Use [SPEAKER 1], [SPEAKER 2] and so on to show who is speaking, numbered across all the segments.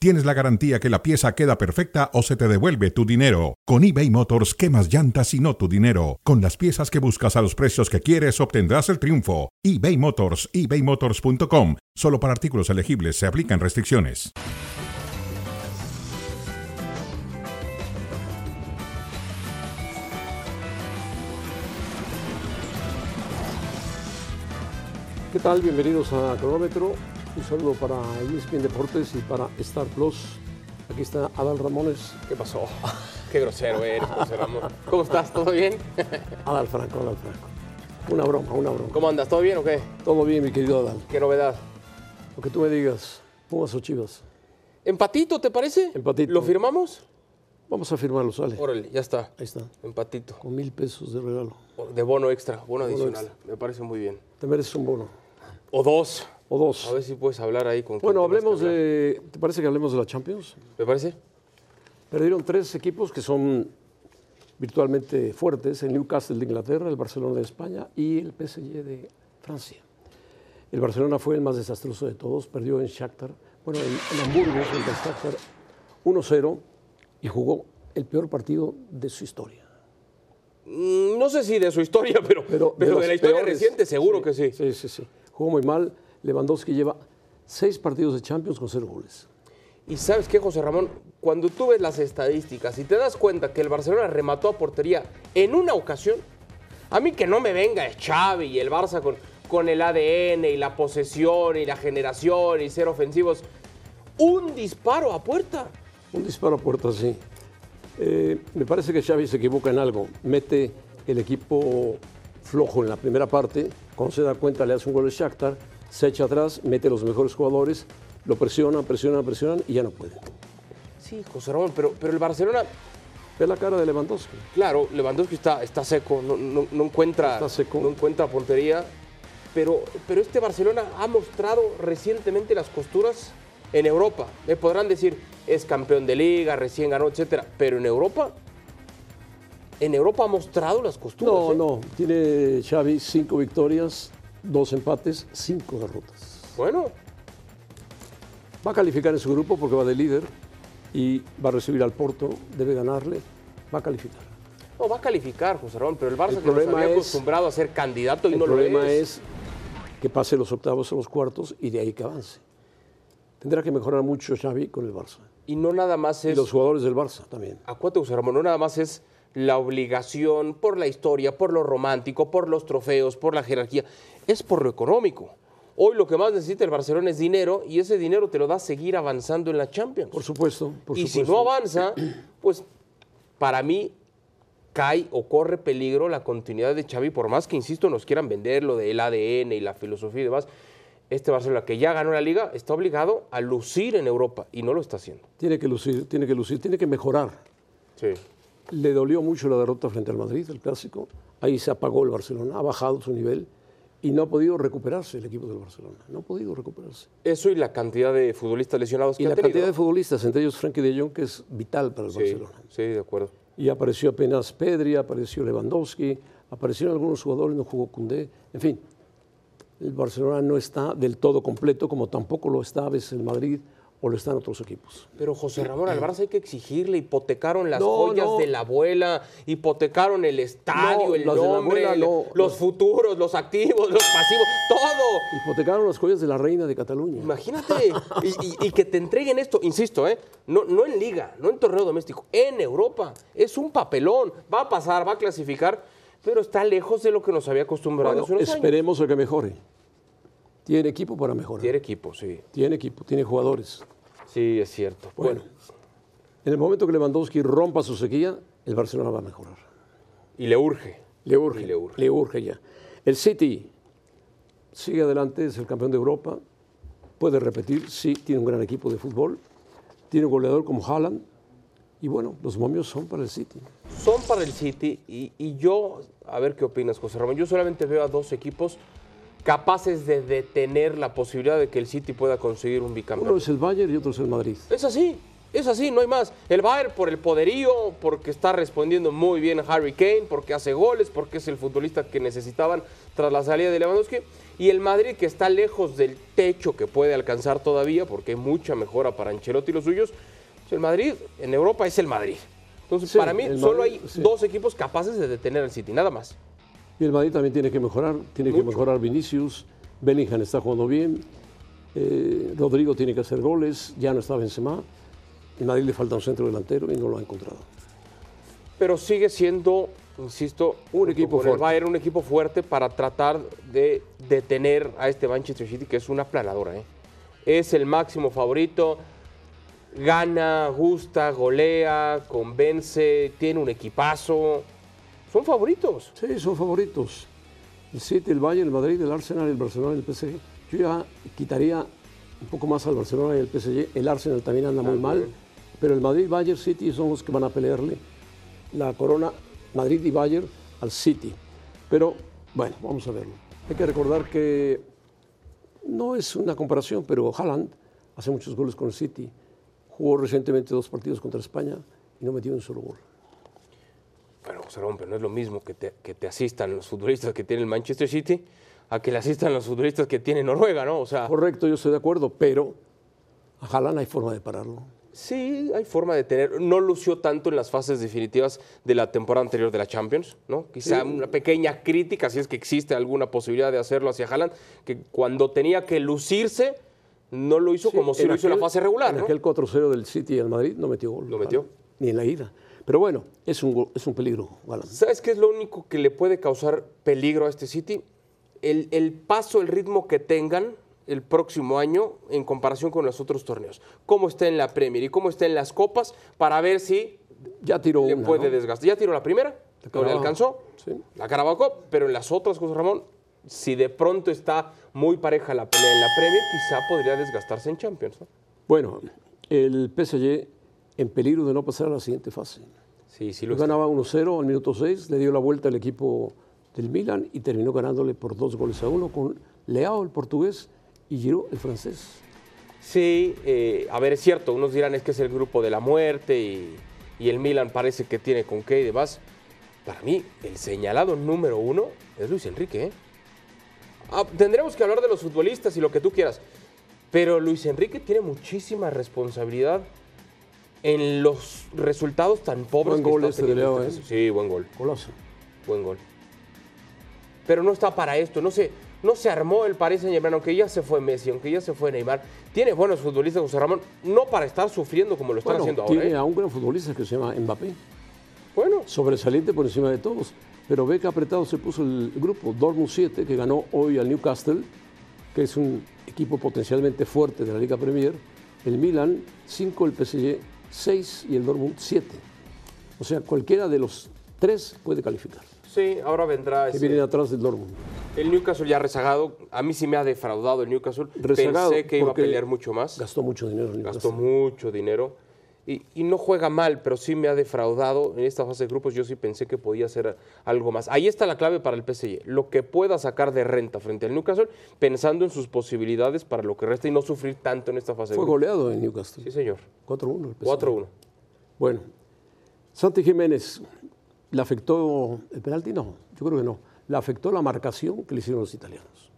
[SPEAKER 1] tienes la garantía que la pieza queda perfecta o se te devuelve tu dinero. Con eBay Motors, quemas llantas y no tu dinero. Con las piezas que buscas a los precios que quieres, obtendrás el triunfo. eBay Motors, ebaymotors.com. Solo para artículos elegibles se aplican restricciones.
[SPEAKER 2] ¿Qué tal? Bienvenidos a Cronómetro. Un saludo para E ESPN Deportes y para Star Plus. Aquí está Adal Ramones.
[SPEAKER 3] ¿Qué pasó? Qué grosero eres, José Ramón. ¿Cómo estás? ¿Todo bien?
[SPEAKER 2] Adal Franco, Adal Franco. Una broma, una broma.
[SPEAKER 3] ¿Cómo andas? ¿Todo bien o qué?
[SPEAKER 2] Todo bien, mi querido Adal.
[SPEAKER 3] ¿Qué novedad?
[SPEAKER 2] Lo que tú me digas, Pumas o Chivas.
[SPEAKER 3] ¿Empatito, te parece?
[SPEAKER 2] Empatito.
[SPEAKER 3] ¿Lo firmamos?
[SPEAKER 2] Vamos a firmarlo, sale.
[SPEAKER 3] Órale, ya está.
[SPEAKER 2] Ahí está.
[SPEAKER 3] Empatito.
[SPEAKER 2] Con mil pesos de regalo.
[SPEAKER 3] De bono extra, bono adicional. Me parece muy bien.
[SPEAKER 2] Te mereces un bono.
[SPEAKER 3] O dos.
[SPEAKER 2] O dos.
[SPEAKER 3] A ver si puedes hablar ahí con...
[SPEAKER 2] Bueno,
[SPEAKER 3] con temas que
[SPEAKER 2] hablemos
[SPEAKER 3] hablar.
[SPEAKER 2] de. ¿Te parece que hablemos de la Champions?
[SPEAKER 3] ¿Me parece?
[SPEAKER 2] Perdieron tres equipos que son virtualmente fuertes, el Newcastle de Inglaterra, el Barcelona de España y el PSG de Francia. El Barcelona fue el más desastroso de todos, perdió en Shakhtar, bueno, en, en Hamburgo frente al Shakhtar 1-0 y jugó el peor partido de su historia.
[SPEAKER 3] Mm, No sé si de su historia, pero, pero, de,
[SPEAKER 2] los
[SPEAKER 3] la historia
[SPEAKER 2] peores.
[SPEAKER 3] reciente seguro que sí.
[SPEAKER 2] Sí, sí, sí. Jugó muy mal. Lewandowski lleva seis partidos de Champions con cero goles.
[SPEAKER 3] Y sabes qué, José Ramón, cuando tú ves las estadísticas y te das cuenta que el Barcelona remató a portería en una ocasión, a mí que no me venga es Xavi y el Barça con, con el ADN y la posesión y la generación y ser ofensivos. Un disparo a puerta.
[SPEAKER 2] Un disparo a puerta, sí. Eh, me parece que Xavi se equivoca en algo. Mete el equipo flojo en la primera parte. Cuando se da cuenta, le hace un gol al Shakhtar. Se echa atrás, mete los mejores jugadores. Lo presionan, presionan, presionan y ya no puede.
[SPEAKER 3] Sí, José Ramón, pero, pero el Barcelona,
[SPEAKER 2] Ve la cara de Lewandowski.
[SPEAKER 3] claro, Lewandowski está, está seco, no, no- no encuentra,
[SPEAKER 2] Está seco.
[SPEAKER 3] no encuentra portería. Pero, pero este Barcelona ha mostrado recientemente las costuras en Europa. Me podrán decir, es campeón de liga, recién ganó, etcétera. Pero en Europa, en Europa ha mostrado las costuras.
[SPEAKER 2] No,
[SPEAKER 3] ¿eh?
[SPEAKER 2] no. Tiene Xavi cinco victorias, dos empates, cinco derrotas.
[SPEAKER 3] Bueno,
[SPEAKER 2] Va a calificar en su grupo porque va de líder y va a recibir al Porto. Debe ganarle. Va a calificar.
[SPEAKER 3] no va a calificar, José Ramón, pero el Barça
[SPEAKER 2] El
[SPEAKER 3] que nos
[SPEAKER 2] problema
[SPEAKER 3] había
[SPEAKER 2] es-
[SPEAKER 3] acostumbrado a ser candidato y
[SPEAKER 2] El
[SPEAKER 3] no lo
[SPEAKER 2] problema
[SPEAKER 3] es.
[SPEAKER 2] es que pase los octavos a los cuartos y de ahí que avance. Tendrá que mejorar mucho Xavi con el Barça.
[SPEAKER 3] Y no nada más
[SPEAKER 2] Y
[SPEAKER 3] es
[SPEAKER 2] los jugadores del Barça también.
[SPEAKER 3] Acuérdate, José Ramón, no nada más es la obligación por la historia, por lo romántico, por los trofeos, por la jerarquía, es por lo económico. Hoy lo que más necesita el Barcelona es dinero y ese dinero te lo da seguir avanzando en la Champions.
[SPEAKER 2] Por supuesto, por
[SPEAKER 3] y si
[SPEAKER 2] supuesto.
[SPEAKER 3] no avanza, pues para mí cae o corre peligro la continuidad de Xavi, por más que, insisto, nos quieran vender lo del ADN y la filosofía y demás. Este Barcelona que ya ganó la liga está obligado a lucir en Europa y no lo está haciendo.
[SPEAKER 2] Tiene que lucir, tiene que lucir, tiene que mejorar.
[SPEAKER 3] Sí.
[SPEAKER 2] Le dolió mucho la derrota frente al Madrid, el clásico. Ahí se apagó el Barcelona, ha bajado su nivel y no ha podido recuperarse el equipo del Barcelona. No ha podido recuperarse.
[SPEAKER 3] Eso y la cantidad de futbolistas lesionados que
[SPEAKER 2] Y
[SPEAKER 3] ha
[SPEAKER 2] la
[SPEAKER 3] tenido.
[SPEAKER 2] cantidad de futbolistas, entre ellos Frankie de Jong, que es vital para el
[SPEAKER 3] sí,
[SPEAKER 2] Barcelona.
[SPEAKER 3] sí, de acuerdo.
[SPEAKER 2] Y apareció apenas Pedri, apareció Lewandowski, aparecieron algunos jugadores, no jugó Cundé. En fin, el Barcelona no está del todo completo, como tampoco lo está a veces el Madrid o lo están otros equipos.
[SPEAKER 3] Pero José Ramón, al Barça hay que exigirle, hipotecaron las
[SPEAKER 2] No,
[SPEAKER 3] joyas
[SPEAKER 2] no.
[SPEAKER 3] de la abuela, hipotecaron el estadio,
[SPEAKER 2] No,
[SPEAKER 3] el
[SPEAKER 2] las de la
[SPEAKER 3] nombre,
[SPEAKER 2] abuela
[SPEAKER 3] el-
[SPEAKER 2] no.
[SPEAKER 3] los futuros, los activos, los pasivos, todo.
[SPEAKER 2] Hipotecaron las joyas de la reina de Cataluña.
[SPEAKER 3] Imagínate, y, y- y que te entreguen esto, insisto, ¿eh? no, no en liga, no en torneo doméstico, en Europa. Es un papelón, va a pasar, va a clasificar, pero está lejos de lo que nos había acostumbrado
[SPEAKER 2] Bueno,
[SPEAKER 3] hace unos años.
[SPEAKER 2] esperemos a que mejore. Tiene equipo para mejorar.
[SPEAKER 3] Tiene equipo, sí.
[SPEAKER 2] Tiene equipo, tiene jugadores.
[SPEAKER 3] Sí, es cierto.
[SPEAKER 2] Bueno, en el momento que Lewandowski rompa su sequía, el Barcelona va a mejorar.
[SPEAKER 3] y le urge.
[SPEAKER 2] Le urge,
[SPEAKER 3] Y le urge.
[SPEAKER 2] ya. El City sigue adelante, es el campeón de Europa, puede repetir, sí, tiene un gran equipo de fútbol, tiene un goleador como Haaland, y bueno, los momios son para el City.
[SPEAKER 3] son para el City y, y yo, a ver qué opinas, José Ramón. Yo solamente veo a dos equipos capaces de detener la posibilidad de que el City pueda conseguir un
[SPEAKER 2] Uno
[SPEAKER 3] bicampeonato.
[SPEAKER 2] es el Bayern y otro es el Madrid.
[SPEAKER 3] Es así, es así, no hay más. El Bayern por el poderío, porque está respondiendo muy bien a Harry Kane, porque hace goles, porque es el futbolista que necesitaban tras la salida de Lewandowski. Y el Madrid que está lejos del techo que puede alcanzar todavía, porque hay mucha mejora para Ancelotti y los suyos. pues El Madrid en Europa es el Madrid. Entonces,
[SPEAKER 2] Sí,
[SPEAKER 3] para mí,
[SPEAKER 2] el
[SPEAKER 3] solo
[SPEAKER 2] Madrid,
[SPEAKER 3] hay
[SPEAKER 2] sí.
[SPEAKER 3] dos equipos capaces de detener al City, nada más.
[SPEAKER 2] Y el Madrid también tiene que mejorar, tiene que
[SPEAKER 3] Mucho.
[SPEAKER 2] mejorar Vinicius, Bellingham está jugando bien, eh, Rodrigo tiene que hacer goles, ya no está Benzema, el Madrid le falta un centro delantero y no lo ha encontrado.
[SPEAKER 3] pero sigue siendo, insisto, un
[SPEAKER 2] equipo fuerte.
[SPEAKER 3] Va a un equipo fuerte para tratar de detener a este Manchester City, que es una planadora. ¿eh? Es el máximo favorito. Gana, gusta, golea, convence, tiene un equipazo. Son favoritos.
[SPEAKER 2] Sí, son favoritos. El City, el Bayern, el Madrid, el Arsenal, el Barcelona y el PSG. Yo ya quitaría un poco más al Barcelona y al PSG. El Arsenal también anda muy mal, pero el Madrid, Bayern, City son los que van a pelearle la corona Madrid y Bayern al City. Pero bueno, vamos a verlo. Hay que recordar que no es una comparación, pero Haaland hace muchos goles con el City. Jugó recientemente dos partidos contra España y no metió un solo gol.
[SPEAKER 3] Bueno, José Ramón, pero no es lo mismo que te, que te asistan los futbolistas que tiene el Manchester City a que le asistan los futbolistas que tiene Noruega, ¿no? O sea,
[SPEAKER 2] Correcto, yo estoy de acuerdo, pero a Haaland hay forma de pararlo.
[SPEAKER 3] Sí, hay forma de tener. No lució tanto en las fases definitivas de la temporada anterior de la Champions, ¿no? Quizá una pequeña crítica, si es que existe alguna posibilidad de hacerlo hacia Haaland, que cuando tenía que lucirse, no lo hizo como si
[SPEAKER 2] En
[SPEAKER 3] lo hizo en la
[SPEAKER 2] aquel-
[SPEAKER 3] fase regular,
[SPEAKER 2] En
[SPEAKER 3] ¿no?
[SPEAKER 2] aquel 4-0 del City al Madrid no metió gol.
[SPEAKER 3] ¿Lo metió?
[SPEAKER 2] Ni en la ida. Pero bueno, es un, go- es un peligro, Haaland.
[SPEAKER 3] ¿Sabes qué es lo único que le puede causar peligro a este City? El, el paso, el ritmo que tengan el próximo año en comparación con los otros torneos. Cómo está en la Premier y cómo está en las copas para ver si
[SPEAKER 2] Ya tiró
[SPEAKER 3] le
[SPEAKER 2] una,
[SPEAKER 3] puede
[SPEAKER 2] ¿no?
[SPEAKER 3] desgastar. Ya tiró la primera,
[SPEAKER 2] La
[SPEAKER 3] no le
[SPEAKER 2] Carabao.
[SPEAKER 3] alcanzó,
[SPEAKER 2] Sí.
[SPEAKER 3] la Carabao Cup, pero en las otras, José Ramón, si de pronto está muy pareja la pelea en la Premier, quizá podría desgastarse en Champions. ¿no?
[SPEAKER 2] Bueno, el PSG en peligro de no pasar a la siguiente fase.
[SPEAKER 3] Sí, sí lo está.
[SPEAKER 2] Ganaba 1-0 al minuto 6, le dio la vuelta al equipo del Milan y terminó ganándole por dos goles a uno con Leao, el portugués, y Giroud, el francés.
[SPEAKER 3] Sí, eh, a ver, es cierto, unos dirán es que es el grupo de la muerte y, y el Milan parece que tiene con qué y demás. Para mí, el señalado número uno es Luis Enrique. ¿eh? Ah, tendremos que hablar de los futbolistas y lo que tú quieras, pero Luis Enrique tiene muchísima responsabilidad en los resultados tan pobres
[SPEAKER 2] Buen
[SPEAKER 3] que
[SPEAKER 2] gol ese
[SPEAKER 3] está
[SPEAKER 2] de ¿eh?
[SPEAKER 3] teniendo
[SPEAKER 2] Leo,
[SPEAKER 3] este Sí, buen gol.
[SPEAKER 2] Golazo.
[SPEAKER 3] Buen gol. Pero no está para esto, no se, no se armó el Paris Saint Germain, aunque ya se fue Messi, aunque ya se fue Neymar. Tiene buenos futbolistas, José Ramón, no para estar sufriendo como lo están
[SPEAKER 2] Bueno,
[SPEAKER 3] haciendo ahora.
[SPEAKER 2] tiene
[SPEAKER 3] ¿eh?
[SPEAKER 2] a un gran futbolista que se llama Mbappé.
[SPEAKER 3] Bueno,
[SPEAKER 2] sobresaliente por encima de todos. Pero ve que apretado se puso el grupo Dortmund 7, que ganó hoy al Newcastle, que es un equipo potencialmente fuerte de la Liga Premier. El Milan 5, el PSG 6 y el Dortmund 7. O sea, cualquiera de los tres puede calificar.
[SPEAKER 3] sí, ahora vendrá
[SPEAKER 2] Que
[SPEAKER 3] ese-
[SPEAKER 2] vienen atrás del Dortmund.
[SPEAKER 3] el Newcastle ya rezagado. A mí sí me ha defraudado el Newcastle.
[SPEAKER 2] Rezagado,
[SPEAKER 3] Pensé que iba a
[SPEAKER 2] porque
[SPEAKER 3] pelear mucho más.
[SPEAKER 2] Gastó mucho dinero el
[SPEAKER 3] Gastó
[SPEAKER 2] Newcastle.
[SPEAKER 3] mucho dinero. Y, y no juega mal, pero sí me ha defraudado en esta fase de grupos. Yo sí pensé que podía hacer algo más. Ahí está la clave para el PSG. Lo que pueda sacar de renta frente al Newcastle, pensando en sus posibilidades para lo que resta y no sufrir tanto en esta fase de
[SPEAKER 2] Fue
[SPEAKER 3] grupos.
[SPEAKER 2] goleado en
[SPEAKER 3] Sí,
[SPEAKER 2] Newcastle.
[SPEAKER 3] señor.
[SPEAKER 2] 4-1 el PSG.
[SPEAKER 3] 4-1.
[SPEAKER 2] Bueno, Santi Jiménez, ¿le afectó el penalti? No, yo creo que no. Le afectó la marcación que le hicieron los italianos,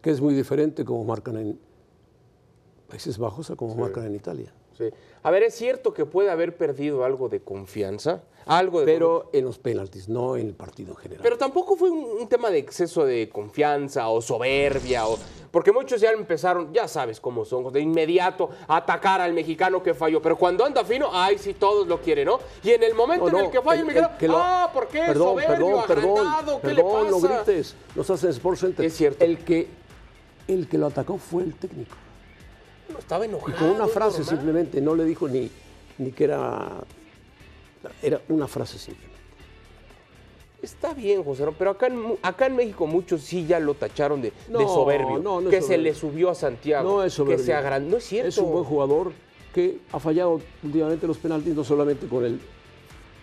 [SPEAKER 2] que es muy diferente como marcan en Países Bajos a como marcan en Italia.
[SPEAKER 3] Sí. A ver, es cierto que puede haber perdido algo de confianza, algo de
[SPEAKER 2] Pero en los penaltis, no en el partido en general.
[SPEAKER 3] Pero tampoco fue un, un tema de exceso de confianza o soberbia, o, porque muchos ya empezaron, ya sabes cómo son, de inmediato a atacar al mexicano que falló. Pero cuando anda fino, ay, sí, todos lo quieren, ¿no? Y en el momento
[SPEAKER 2] No,
[SPEAKER 3] en el
[SPEAKER 2] no,
[SPEAKER 3] que falla el, mexicano,
[SPEAKER 2] que lo-
[SPEAKER 3] ah, ¿por qué?
[SPEAKER 2] Perdón,
[SPEAKER 3] soberbio,
[SPEAKER 2] perdón, perdón,
[SPEAKER 3] agrandado, ¿qué
[SPEAKER 2] perdón,
[SPEAKER 3] le pasa?
[SPEAKER 2] no grites, nos hacen Sport Center.
[SPEAKER 3] Es cierto.
[SPEAKER 2] El que, el que lo atacó fue el técnico.
[SPEAKER 3] No, estaba enojado.
[SPEAKER 2] Con una
[SPEAKER 3] es
[SPEAKER 2] frase
[SPEAKER 3] Ah, normal.
[SPEAKER 2] simplemente, no le dijo ni, ni que era... Era una frase simplemente.
[SPEAKER 3] Está bien, José Ramón, pero acá en, mu- acá en México muchos sí ya lo tacharon de, de
[SPEAKER 2] No,
[SPEAKER 3] soberbio,
[SPEAKER 2] no, no es
[SPEAKER 3] que se
[SPEAKER 2] soberbio.
[SPEAKER 3] le subió a Santiago,
[SPEAKER 2] No es soberbio.
[SPEAKER 3] que se agrandó. No es cierto.
[SPEAKER 2] Es un buen jugador que ha fallado últimamente los penaltis, no solamente con el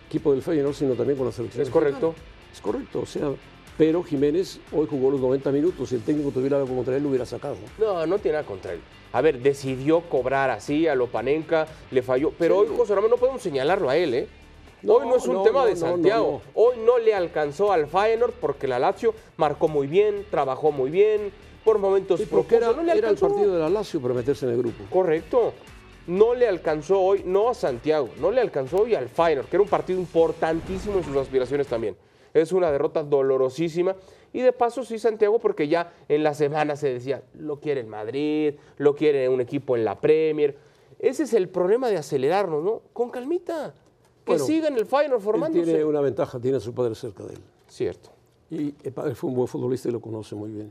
[SPEAKER 2] equipo del Feyenoord, sino también con la selección.
[SPEAKER 3] Es correcto.
[SPEAKER 2] mexicana. Es correcto. O sea, Pero Jiménez hoy jugó los 90 minutos. Si el técnico tuviera algo contra él, lo hubiera sacado.
[SPEAKER 3] No, no tiene nada contra él. A ver, decidió cobrar así a Lopanenka, le falló. Pero
[SPEAKER 2] Sí.
[SPEAKER 3] hoy, José Ramón, no podemos señalarlo a él, ¿eh?
[SPEAKER 2] No,
[SPEAKER 3] hoy no es un
[SPEAKER 2] no,
[SPEAKER 3] tema
[SPEAKER 2] no,
[SPEAKER 3] de
[SPEAKER 2] no,
[SPEAKER 3] Santiago.
[SPEAKER 2] no,
[SPEAKER 3] Hoy no le alcanzó al Feyenoord porque la Lazio marcó muy bien, trabajó muy bien, por momentos
[SPEAKER 2] Sí, porque
[SPEAKER 3] propuso,
[SPEAKER 2] era,
[SPEAKER 3] no le
[SPEAKER 2] era el
[SPEAKER 3] alcanzó.
[SPEAKER 2] partido de la Lazio para meterse en el grupo.
[SPEAKER 3] Correcto. No le alcanzó hoy, no a Santiago, no le alcanzó hoy al Feyenoord, que era un partido importantísimo en sus aspiraciones también. Es una derrota dolorosísima. Y de paso sí Santiago, porque ya en la semana se decía, lo quiere el Madrid, lo quiere un equipo en la Premier. Ese es el problema de acelerarnos, ¿no? Con calmita. Que
[SPEAKER 2] Bueno,
[SPEAKER 3] sigan el Feyenoord
[SPEAKER 2] Él
[SPEAKER 3] formándose.
[SPEAKER 2] tiene una ventaja, tiene a su padre cerca de él.
[SPEAKER 3] Cierto,
[SPEAKER 2] Y el padre fue un buen futbolista y lo conoce muy bien.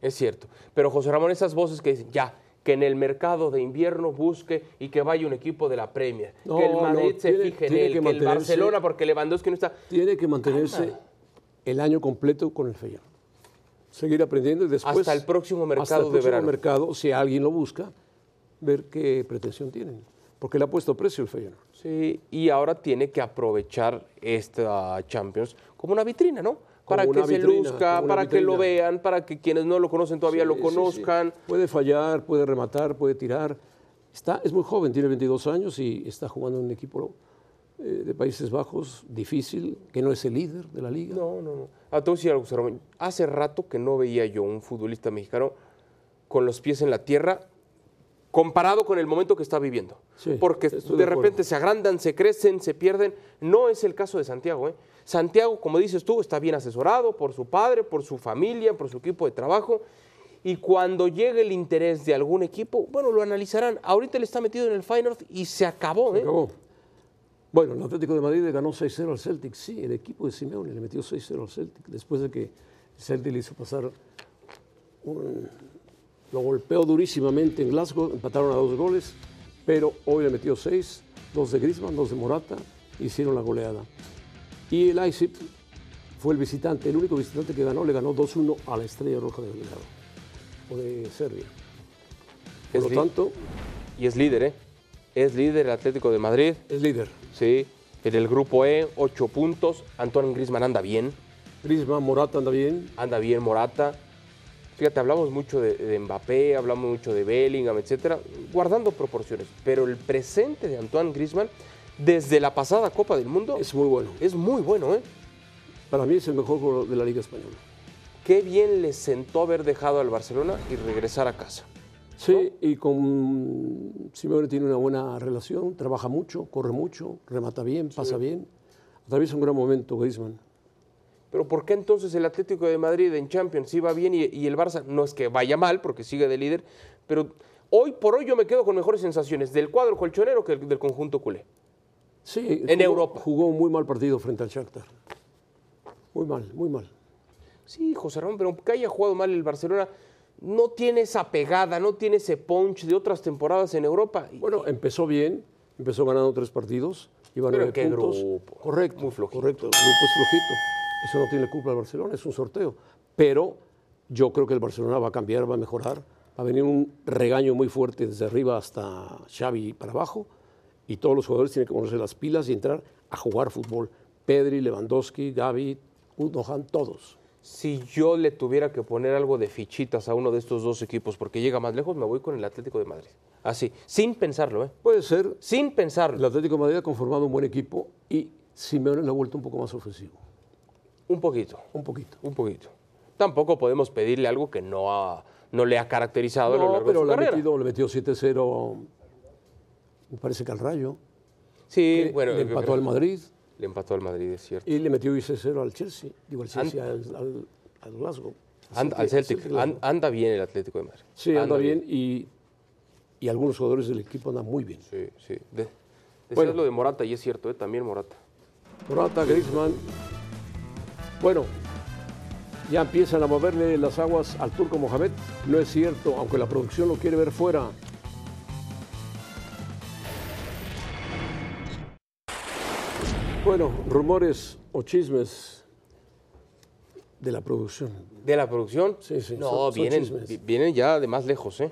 [SPEAKER 3] es cierto. Pero José Ramón, esas voces que dicen, ya, que en el mercado de invierno busque y que vaya un equipo de la Premier.
[SPEAKER 2] No,
[SPEAKER 3] que el Madrid
[SPEAKER 2] no,
[SPEAKER 3] se
[SPEAKER 2] tiene-
[SPEAKER 3] fije en
[SPEAKER 2] tiene que
[SPEAKER 3] él, que, el
[SPEAKER 2] mantenerse-
[SPEAKER 3] Barcelona, porque Lewandowski no está.
[SPEAKER 2] Tiene que mantenerse el año completo con el Feyenoord. Seguir aprendiendo y después...
[SPEAKER 3] Hasta el próximo mercado
[SPEAKER 2] hasta el
[SPEAKER 3] de
[SPEAKER 2] próximo
[SPEAKER 3] verano.
[SPEAKER 2] mercado, si alguien lo busca, ver qué pretensión tienen. Porque le ha puesto precio el Feyenoord.
[SPEAKER 3] Sí, y ahora tiene que aprovechar esta Champions como una vitrina, ¿no? Para
[SPEAKER 2] Como
[SPEAKER 3] que
[SPEAKER 2] una
[SPEAKER 3] se
[SPEAKER 2] vitrina,
[SPEAKER 3] luzca,
[SPEAKER 2] como una
[SPEAKER 3] para que lo
[SPEAKER 2] vitrina.
[SPEAKER 3] vean, para que quienes no lo conocen todavía lo
[SPEAKER 2] Sí, sí, sí.
[SPEAKER 3] conozcan.
[SPEAKER 2] Puede fallar, puede rematar, puede tirar. Está, es muy joven, tiene 22 años y está jugando en un equipo eh, de Países Bajos difícil, que no es el líder de la liga.
[SPEAKER 3] No, no, no. Ah, te voy a decir algo, José Ramón. Hace rato que no veía yo un futbolista mexicano con los pies en la tierra comparado con el momento que está viviendo.
[SPEAKER 2] Sí,
[SPEAKER 3] Porque de,
[SPEAKER 2] estoy de acuerdo.
[SPEAKER 3] repente se agrandan, se crecen, se pierden. No es el caso de Santiago. ¿eh? Santiago, como dices tú, está bien asesorado por su padre, por su familia, por su equipo de trabajo. Y cuando llegue el interés de algún equipo, bueno, lo analizarán. Ahorita él está metido en el Feyenoord y se acabó. ¿eh?
[SPEAKER 2] Acabó. Bueno, el Atlético de Madrid le ganó 6-0 al Celtic. Sí, el equipo de Simeone le metió 6-0 al Celtic después de que el Celtic le hizo pasar un- Lo golpeó durísimamente en Glasgow, empataron a dos goles, pero hoy le metió seis, dos de Griezmann, dos de Morata, hicieron la goleada. Y el Leipzig fue el visitante, el único visitante que ganó, le ganó 2-1 a la Estrella Roja de Belgrado, o de Serbia. Por
[SPEAKER 3] Es
[SPEAKER 2] lo
[SPEAKER 3] li-
[SPEAKER 2] tanto,
[SPEAKER 3] Y es líder, ¿eh? Es líder el Atlético de Madrid.
[SPEAKER 2] es líder.
[SPEAKER 3] Sí, en el grupo E, 8 puntos. Antoine Grisman anda bien,
[SPEAKER 2] Griezmann, Morata anda bien,
[SPEAKER 3] anda bien Morata. Fíjate, hablamos mucho de, de Mbappé, hablamos mucho de Bellingham, etcétera, guardando proporciones. Pero el presente de Antoine Grisman, desde la pasada Copa del Mundo, es,
[SPEAKER 2] es muy bueno.
[SPEAKER 3] muy bueno, ¿eh?
[SPEAKER 2] Para mí es el mejor jugador de la Liga Española.
[SPEAKER 3] Qué bien le sentó haber dejado al Barcelona y regresar a casa.
[SPEAKER 2] Sí, y con Simeone tiene una buena relación, trabaja mucho, corre mucho, remata bien, pasa bien. Atraviesa un gran momento Griezmann.
[SPEAKER 3] Pero ¿por qué entonces el Atlético de Madrid en Champions iba bien y, y el Barça no es que vaya mal porque sigue de líder? Pero hoy por hoy yo me quedo con mejores sensaciones del cuadro colchonero que del conjunto culé.
[SPEAKER 2] Sí,
[SPEAKER 3] En Europa.
[SPEAKER 2] Jugó un muy mal partido frente al Shakhtar. Muy mal, muy mal.
[SPEAKER 3] Sí, José Ramón, pero aunque haya jugado mal el Barcelona, no tiene esa pegada, no tiene ese punch de otras temporadas en Europa. Y-
[SPEAKER 2] Bueno, empezó bien, empezó ganando tres partidos, iba a
[SPEAKER 3] Pero
[SPEAKER 2] nueve
[SPEAKER 3] ¿qué
[SPEAKER 2] puntos.
[SPEAKER 3] grupo?
[SPEAKER 2] Correcto,
[SPEAKER 3] Muy flojito.
[SPEAKER 2] correcto, el grupo es flojito. Eso no tiene culpa al Barcelona, es un sorteo. Pero yo creo que el Barcelona va a cambiar, va a mejorar, va a venir un regaño muy fuerte desde arriba hasta Xavi para abajo y todos los jugadores tienen que ponerse las pilas y entrar a jugar fútbol. Pedri, Lewandowski, Gavi, Gundogan, todos.
[SPEAKER 3] Si yo le tuviera que poner algo de fichitas a uno de estos dos equipos porque llega más lejos, me voy con el Atlético de Madrid. Así, sin pensarlo, ¿eh?
[SPEAKER 2] Puede ser,
[SPEAKER 3] Sin
[SPEAKER 2] el
[SPEAKER 3] pensarlo.
[SPEAKER 2] Atlético de Madrid ha conformado un buen equipo y Simeone lo ha vuelto un poco más ofensivo,
[SPEAKER 3] Un poquito.
[SPEAKER 2] un poquito.
[SPEAKER 3] Un poquito. Tampoco podemos pedirle algo que no, ha- no le ha caracterizado a lo
[SPEAKER 2] No,
[SPEAKER 3] largo de
[SPEAKER 2] pero
[SPEAKER 3] su
[SPEAKER 2] le ha
[SPEAKER 3] carrera.
[SPEAKER 2] metido, le metió 7-0, me parece que al Rayo.
[SPEAKER 3] Sí,
[SPEAKER 2] que
[SPEAKER 3] bueno,
[SPEAKER 2] le
[SPEAKER 3] yo creo
[SPEAKER 2] empató
[SPEAKER 3] que-
[SPEAKER 2] al Madrid
[SPEAKER 3] le empató al Madrid, es cierto.
[SPEAKER 2] y le metió 6-0 al Chelsea. Digo, al Chelsea, al, al- al Glasgow.
[SPEAKER 3] And- al Celtic, an- anda bien el Atlético de Madrid.
[SPEAKER 2] Sí, anda bien y, y algunos jugadores del equipo andan muy bien.
[SPEAKER 3] Sí, sí. De, decías
[SPEAKER 2] Bueno.
[SPEAKER 3] lo de Morata y es cierto, ¿eh? también Morata.
[SPEAKER 2] Morata, Griezmann. Bueno, ya empiezan a moverle las aguas al turco Mohamed. No es cierto, aunque la producción lo quiere ver fuera. Bueno, rumores o chismes de la producción.
[SPEAKER 3] ¿De la producción?
[SPEAKER 2] Sí, sí,
[SPEAKER 3] No,
[SPEAKER 2] son- son
[SPEAKER 3] vienen,
[SPEAKER 2] chismes.
[SPEAKER 3] vi- vienen ya de más lejos, ¿eh?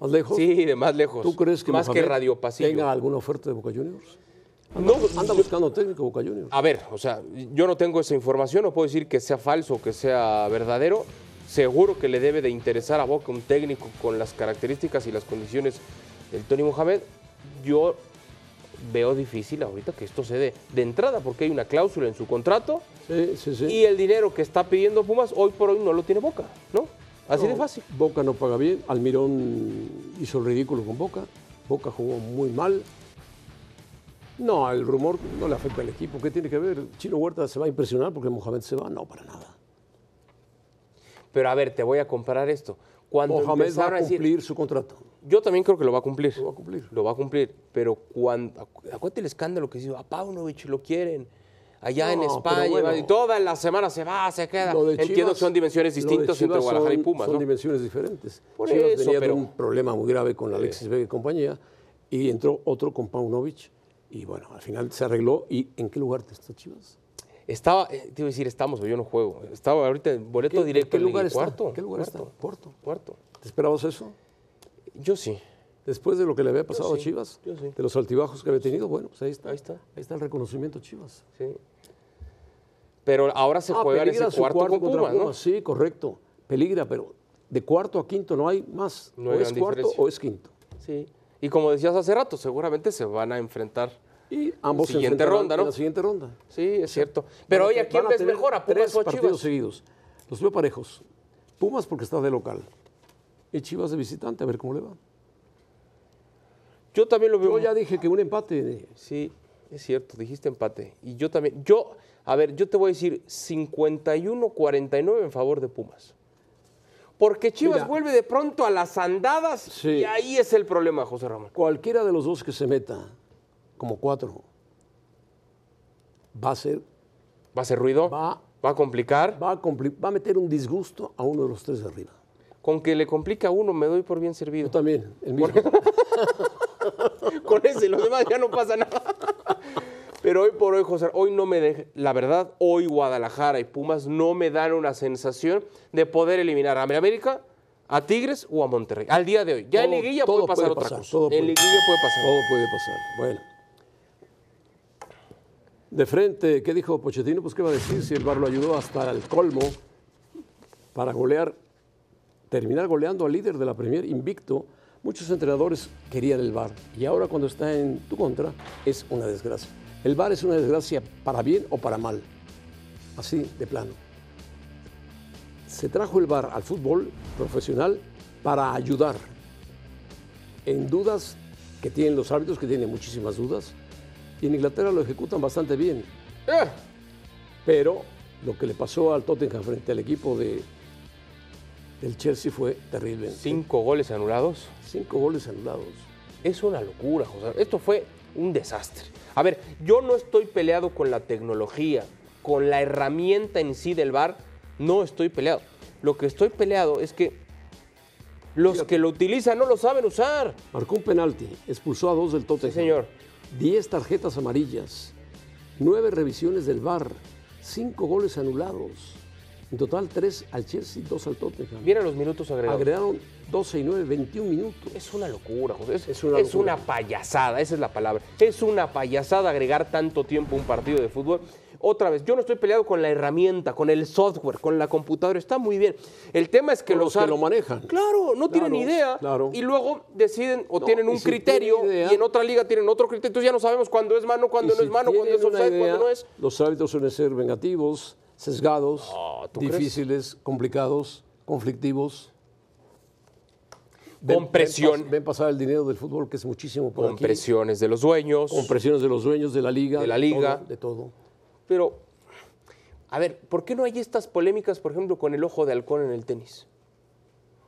[SPEAKER 2] ¿Más lejos?
[SPEAKER 3] Sí, de más lejos.
[SPEAKER 2] ¿Tú crees que
[SPEAKER 3] Más que
[SPEAKER 2] Mohamed
[SPEAKER 3] Radio Pasillo.
[SPEAKER 2] tenga alguna oferta de Boca Juniors? Anda, anda buscando técnico Boca Juniors.
[SPEAKER 3] A ver, o sea, yo no tengo esa información, no puedo decir que sea falso o que sea verdadero. Seguro que le debe de interesar a Boca un técnico con las características y las condiciones del Tony Mohamed. Yo veo difícil ahorita que esto se dé de entrada porque hay una cláusula en su contrato
[SPEAKER 2] Sí, sí, sí.
[SPEAKER 3] y el dinero que está pidiendo Pumas hoy por hoy no lo tiene Boca, ¿no? Así de
[SPEAKER 2] No,
[SPEAKER 3] fácil.
[SPEAKER 2] Boca no paga bien, Almirón hizo el ridículo con Boca, Boca jugó muy mal. No, el rumor no le afecta al equipo. ¿Qué tiene que ver? Chino Huerta se va a impresionar porque Mohamed se va. No, para nada.
[SPEAKER 3] Pero a ver, te voy a comparar esto. Cuando
[SPEAKER 2] Mohamed va
[SPEAKER 3] empezaron
[SPEAKER 2] a
[SPEAKER 3] a decir,
[SPEAKER 2] cumplir su contrato.
[SPEAKER 3] yo también creo que lo va a cumplir.
[SPEAKER 2] Lo va a cumplir.
[SPEAKER 3] Lo va a cumplir. Pero cuando, acu- acuérdate el escándalo que se hizo, a Paunovic lo quieren. Allá en
[SPEAKER 2] No,
[SPEAKER 3] España,
[SPEAKER 2] pero bueno.
[SPEAKER 3] y todas las semanas se va, se queda.
[SPEAKER 2] Lo de
[SPEAKER 3] Entiendo
[SPEAKER 2] Chivas-
[SPEAKER 3] que son dimensiones
[SPEAKER 2] lo de
[SPEAKER 3] distintas entre
[SPEAKER 2] Chivas
[SPEAKER 3] Guadalajara y
[SPEAKER 2] son-
[SPEAKER 3] Pumas,
[SPEAKER 2] Son
[SPEAKER 3] ¿no?
[SPEAKER 2] dimensiones diferentes.
[SPEAKER 3] Por
[SPEAKER 2] Chivas
[SPEAKER 3] eso,
[SPEAKER 2] venía
[SPEAKER 3] pero-
[SPEAKER 2] de un problema muy grave con Alexis Vega y compañía y entró otro con Paunovic y bueno, al final se arregló. ¿Y en qué lugar te está Chivas?
[SPEAKER 3] Estaba, eh, te iba a decir, estamos, pero yo no juego. Estaba ahorita en boleto
[SPEAKER 2] ¿Qué-
[SPEAKER 3] directo.
[SPEAKER 2] ¿Qué
[SPEAKER 3] en Liga.
[SPEAKER 2] lugar está?
[SPEAKER 3] Cuarto.
[SPEAKER 2] ¿Qué lugar
[SPEAKER 3] cuarto,
[SPEAKER 2] está? Porto.
[SPEAKER 3] Cuarto.
[SPEAKER 2] ¿Te esperabas eso?
[SPEAKER 3] Yo sí.
[SPEAKER 2] Después de lo que le había pasado
[SPEAKER 3] sí,
[SPEAKER 2] a Chivas,
[SPEAKER 3] yo sí.
[SPEAKER 2] de los altibajos que había tenido, bueno, pues ahí está.
[SPEAKER 3] Ahí está.
[SPEAKER 2] Ahí está el reconocimiento a Chivas.
[SPEAKER 3] Sí. Pero ahora se
[SPEAKER 2] Ah,
[SPEAKER 3] juega en ese
[SPEAKER 2] peligra su
[SPEAKER 3] cuarto, con
[SPEAKER 2] contra
[SPEAKER 3] Pumas, ¿no?
[SPEAKER 2] Pumas, Sí, correcto. Peligra, pero de cuarto a quinto no hay más.
[SPEAKER 3] No hay
[SPEAKER 2] o es
[SPEAKER 3] gran
[SPEAKER 2] cuarto
[SPEAKER 3] diferencia.
[SPEAKER 2] o es quinto.
[SPEAKER 3] Sí. Y como decías hace rato, seguramente se van a enfrentar.
[SPEAKER 2] Y ambos se
[SPEAKER 3] Siguiente
[SPEAKER 2] enfrentarán
[SPEAKER 3] ronda, ¿no?
[SPEAKER 2] en la siguiente ronda.
[SPEAKER 3] Sí, es cierto. Pero
[SPEAKER 2] Van
[SPEAKER 3] hoy
[SPEAKER 2] a-
[SPEAKER 3] a quién
[SPEAKER 2] van
[SPEAKER 3] ves
[SPEAKER 2] tener
[SPEAKER 3] mejor, a
[SPEAKER 2] tres
[SPEAKER 3] Pumas o a
[SPEAKER 2] partidos
[SPEAKER 3] Chivas.
[SPEAKER 2] seguidos. Los veo parejos. Pumas porque está de local. Y Chivas de visitante, a ver cómo le va.
[SPEAKER 3] Yo también lo veo.
[SPEAKER 2] Yo ya dije que un empate.
[SPEAKER 3] Sí, es cierto, dijiste empate. Y yo también. Yo, a ver, yo te voy a decir 51-49 en favor de Pumas. Porque Chivas
[SPEAKER 2] Mira.
[SPEAKER 3] vuelve de pronto a las andadas
[SPEAKER 2] Sí.
[SPEAKER 3] y ahí es el problema, José Ramón.
[SPEAKER 2] Cualquiera de los dos que se meta, como cuatro, va a ser,
[SPEAKER 3] Va a ser ruido, va,
[SPEAKER 2] va,
[SPEAKER 3] a complicar.
[SPEAKER 2] va a compli- va a meter un disgusto a uno de los tres de arriba.
[SPEAKER 3] Con que le complica a uno, me doy por bien
[SPEAKER 2] Yo
[SPEAKER 3] servido.
[SPEAKER 2] también, el mismo.
[SPEAKER 3] con ese, los demás ya no pasa nada. Pero hoy por hoy, José, hoy no me deja, la verdad, hoy Guadalajara y Pumas no me dan una sensación de poder eliminar a América, a Tigres o a Monterrey. Al día de hoy. Ya en
[SPEAKER 2] Todo-
[SPEAKER 3] liguilla
[SPEAKER 2] todo
[SPEAKER 3] puede pasar
[SPEAKER 2] puede
[SPEAKER 3] otra
[SPEAKER 2] pasar,
[SPEAKER 3] cosa.
[SPEAKER 2] todo puede
[SPEAKER 3] en liguilla puede pasar.
[SPEAKER 2] Todo puede pasar. Bueno. De frente, ¿qué dijo Pochettino? Pues qué va a decir si el VAR lo ayudó hasta el colmo para golear, terminar goleando al líder de la Premier invicto. Muchos entrenadores querían el VAR y ahora cuando está en tu contra es una desgracia. El VAR es una desgracia para bien o para mal. Así de plano. Se trajo el VAR al fútbol profesional para ayudar, en dudas que tienen los árbitros, que tienen muchísimas dudas. Y en Inglaterra lo ejecutan bastante bien.
[SPEAKER 3] Eh,
[SPEAKER 2] Pero lo que le pasó al Tottenham frente al equipo de, del Chelsea fue terrible.
[SPEAKER 3] cinco goles anulados.
[SPEAKER 2] Cinco goles anulados.
[SPEAKER 3] Es una locura, José. Esto fue un desastre. A ver, yo no estoy peleado con la tecnología, con la herramienta en sí del VAR. No estoy peleado. Lo que estoy peleado es que los que lo utilizan no lo saben usar.
[SPEAKER 2] Marcó un penalti, expulsó a dos del Tottenham.
[SPEAKER 3] señor.
[SPEAKER 2] Diez tarjetas amarillas, nueve revisiones del VAR, cinco goles anulados. En total, tres al Chelsea, dos al Tottenham.
[SPEAKER 3] Vienen los minutos agregados.
[SPEAKER 2] Agregaron 12 y 9, 21 minutos.
[SPEAKER 3] Es una locura, José. Es,
[SPEAKER 2] Es una
[SPEAKER 3] es
[SPEAKER 2] locura.
[SPEAKER 3] una payasada, esa es la palabra. Es una payasada agregar tanto tiempo a un partido de fútbol. Otra vez, yo no estoy peleado con la herramienta, con el software, con la computadora, está muy bien. El tema es que
[SPEAKER 2] Con los que
[SPEAKER 3] ar-
[SPEAKER 2] lo manejan.
[SPEAKER 3] Claro, no tienen
[SPEAKER 2] Claro,
[SPEAKER 3] idea.
[SPEAKER 2] claro.
[SPEAKER 3] Y luego deciden o
[SPEAKER 2] No,
[SPEAKER 3] tienen
[SPEAKER 2] y
[SPEAKER 3] un
[SPEAKER 2] si
[SPEAKER 3] criterio
[SPEAKER 2] tienen idea-
[SPEAKER 3] y en otra liga tienen otro criterio. Entonces ya no sabemos cuándo es mano, cuándo
[SPEAKER 2] Y
[SPEAKER 3] no
[SPEAKER 2] si
[SPEAKER 3] es mano, cuándo
[SPEAKER 2] tienen
[SPEAKER 3] es
[SPEAKER 2] una
[SPEAKER 3] offside,
[SPEAKER 2] idea,
[SPEAKER 3] cuándo no es.
[SPEAKER 2] Los árbitros suelen ser vengativos, sesgados,
[SPEAKER 3] No, Ah, ¿tú crees?
[SPEAKER 2] difíciles, complicados, conflictivos.
[SPEAKER 3] Con presión.
[SPEAKER 2] pas- Ven, pasar el dinero del fútbol, que es muchísimo por
[SPEAKER 3] Con
[SPEAKER 2] aquí.
[SPEAKER 3] presiones de los dueños.
[SPEAKER 2] Con presiones de los dueños, de la liga.
[SPEAKER 3] De la liga.
[SPEAKER 2] todo, de todo.
[SPEAKER 3] Pero, a ver, ¿por qué no hay estas polémicas, por ejemplo, con el ojo de halcón en el tenis?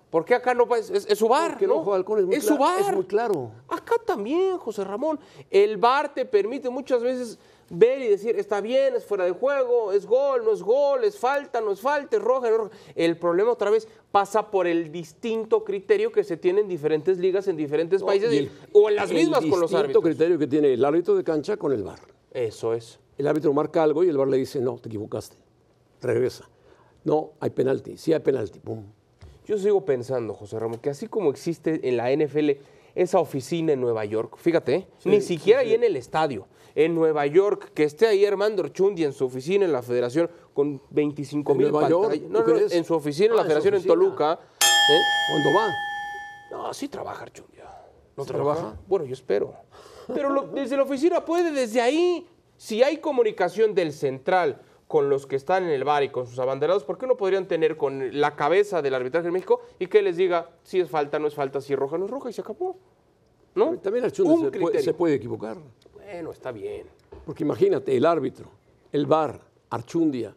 [SPEAKER 3] ¿Por qué acá no pa- es, es, es su bar?
[SPEAKER 2] Porque el ojo de halcón es muy
[SPEAKER 3] su
[SPEAKER 2] cla-
[SPEAKER 3] bar.
[SPEAKER 2] es muy claro.
[SPEAKER 3] Acá también, José Ramón. El bar te permite muchas veces ver y decir, está bien, es fuera de juego, es gol, no es gol, es falta, no es falta, es roja, no es roja. El problema otra vez pasa por el distinto criterio que se tiene en diferentes ligas, en diferentes países,
[SPEAKER 2] Y
[SPEAKER 3] y-
[SPEAKER 2] el-
[SPEAKER 3] o en las
[SPEAKER 2] el
[SPEAKER 3] mismas con los
[SPEAKER 2] distinto
[SPEAKER 3] árbitros.
[SPEAKER 2] criterio que tiene el árbitro de cancha con el VAR.
[SPEAKER 3] Eso es.
[SPEAKER 2] El árbitro marca algo y el VAR le dice, no, te equivocaste. Regresa. No, hay penalti. Sí hay penalti. Pum.
[SPEAKER 3] Yo sigo pensando, José Ramón, que así como existe en la NFL esa oficina en Nueva York. Fíjate, ¿eh? ni siquiera ahí en el estadio. En Nueva York, que esté ahí Armando Orchundi en su oficina en la federación con 25
[SPEAKER 2] ¿En
[SPEAKER 3] mil
[SPEAKER 2] Nueva York?
[SPEAKER 3] pantallas. No,
[SPEAKER 2] ¿Tú
[SPEAKER 3] no,
[SPEAKER 2] crees?
[SPEAKER 3] en su oficina en
[SPEAKER 2] Ah,
[SPEAKER 3] la
[SPEAKER 2] en su
[SPEAKER 3] federación en
[SPEAKER 2] oficina.
[SPEAKER 3] Toluca. ¿eh?
[SPEAKER 2] ¿Cuándo va?
[SPEAKER 3] No, sí trabaja Archundia. ¿No
[SPEAKER 2] ¿Sí
[SPEAKER 3] trabaja?
[SPEAKER 2] trabaja?
[SPEAKER 3] Bueno, yo espero. Pero lo- desde la oficina puede, desde ahí, si hay comunicación del central con los que están en el bar y con sus abanderados, ¿por qué no podrían tener con la cabeza del arbitraje en México y que les diga si es falta, no es falta, si es roja, no es roja y se acabó? ¿No?
[SPEAKER 2] También
[SPEAKER 3] Un
[SPEAKER 2] Archundia se, puede-
[SPEAKER 3] criterio.
[SPEAKER 2] se puede equivocar.
[SPEAKER 3] Bueno, está bien.
[SPEAKER 2] Porque imagínate, el árbitro, el VAR, Archundia,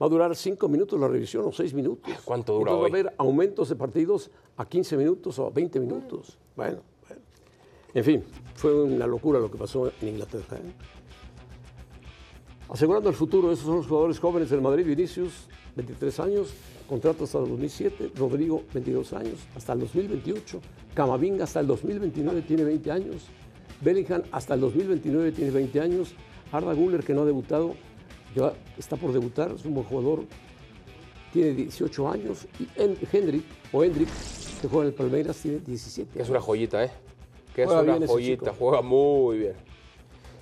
[SPEAKER 2] va a durar cinco minutos la revisión o seis minutos.
[SPEAKER 3] Ah, ¿cuánto dura
[SPEAKER 2] Entonces
[SPEAKER 3] hoy?
[SPEAKER 2] va a haber aumentos de partidos a 15 minutos o a 20 minutos. Bueno, bueno. En fin, fue una locura lo que pasó en Inglaterra. ¿eh? Asegurando el futuro, esos son los jugadores jóvenes del Madrid, Vinicius, 23 años, contrato hasta el 2007, Rodrigo, 22 años, hasta el 2028, Camavinga hasta el 2029 tiene 20 años, Bellingham hasta el 2029 tiene 20 años, Arda Güler que no ha debutado, ya está por debutar, es un buen jugador, tiene 18 años, y En- Hendrik, o Hendrik, que juega en el Palmeiras, tiene 17
[SPEAKER 3] Que es una joyita, ¿eh? Que es
[SPEAKER 2] Juega bien
[SPEAKER 3] una
[SPEAKER 2] ese
[SPEAKER 3] joyita,
[SPEAKER 2] chico.
[SPEAKER 3] juega muy bien.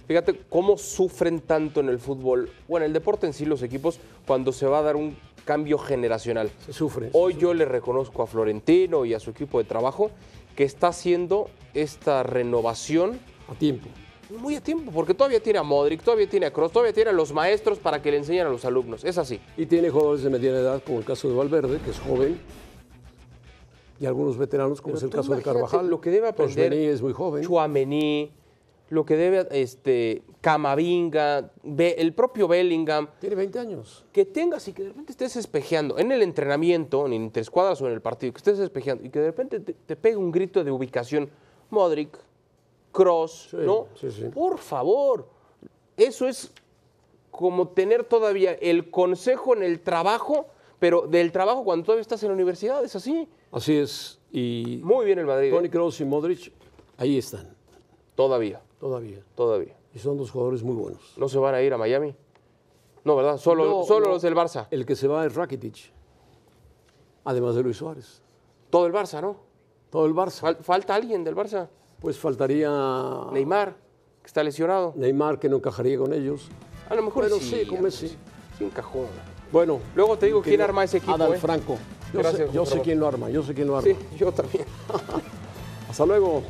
[SPEAKER 3] Fíjate cómo sufren tanto en el fútbol, bueno, el deporte en sí, los equipos, cuando se va a dar un cambio generacional.
[SPEAKER 2] Se sufre.
[SPEAKER 3] Hoy yo le reconozco a Florentino y a su equipo de trabajo que está haciendo esta renovación
[SPEAKER 2] a tiempo.
[SPEAKER 3] muy a tiempo, porque todavía tiene a Modric, todavía tiene a Kroos, todavía tiene a los maestros para que le enseñen a los alumnos. Es así.
[SPEAKER 2] Y tiene jugadores de mediana edad, como el caso de Valverde, que es joven, y algunos veteranos, como
[SPEAKER 3] Pero
[SPEAKER 2] es el
[SPEAKER 3] tú
[SPEAKER 2] caso de
[SPEAKER 3] imagínate
[SPEAKER 2] Carvajal.
[SPEAKER 3] lo que debe aprender
[SPEAKER 2] Orsmeni es muy joven.
[SPEAKER 3] Chuamení, lo que debe este Camavinga, Be- el propio Bellingham,
[SPEAKER 2] Tiene 20 años.
[SPEAKER 3] que tengas y que de repente estés espejeando en el entrenamiento, en interescuadras o en el partido, que estés espejeando y que de repente te, te pegue un grito de ubicación, Modric, Cross,
[SPEAKER 2] Sí,
[SPEAKER 3] ¿no?
[SPEAKER 2] sí, sí.
[SPEAKER 3] Por favor, eso es como tener todavía el consejo en el trabajo, pero del trabajo cuando todavía estás en la universidad, es así.
[SPEAKER 2] Así es. Y
[SPEAKER 3] Muy bien el Madrid, ¿eh?
[SPEAKER 2] Tony Kroos y Modric, ahí están,
[SPEAKER 3] todavía,
[SPEAKER 2] todavía.
[SPEAKER 3] todavía.
[SPEAKER 2] Y son dos jugadores muy buenos.
[SPEAKER 3] No se van a ir a Miami. No, ¿verdad? Solo,
[SPEAKER 2] No,
[SPEAKER 3] solo
[SPEAKER 2] no.
[SPEAKER 3] los del Barça.
[SPEAKER 2] El que se va es Rakitic, además de Luis Suárez.
[SPEAKER 3] Todo el Barça, ¿no?
[SPEAKER 2] Todo el Barça.
[SPEAKER 3] Fal- falta alguien del Barça.
[SPEAKER 2] Pues faltaría
[SPEAKER 3] Neymar, que está lesionado.
[SPEAKER 2] Neymar, que no encajaría con ellos.
[SPEAKER 3] A lo mejor
[SPEAKER 2] Bueno,
[SPEAKER 3] sí.
[SPEAKER 2] sí, con
[SPEAKER 3] a lo mejor
[SPEAKER 2] Messi.
[SPEAKER 3] sí. Sí encajó.
[SPEAKER 2] Bueno.
[SPEAKER 3] Luego te digo
[SPEAKER 2] mi
[SPEAKER 3] quién
[SPEAKER 2] querido
[SPEAKER 3] arma ese equipo,
[SPEAKER 2] Adal
[SPEAKER 3] ¿eh?
[SPEAKER 2] Franco. Yo, sé,
[SPEAKER 3] Gracias,
[SPEAKER 2] yo
[SPEAKER 3] Juan
[SPEAKER 2] sé
[SPEAKER 3] Ramón.
[SPEAKER 2] quién lo arma, yo sé quién lo arma.
[SPEAKER 3] Sí, yo también.
[SPEAKER 2] Hasta luego.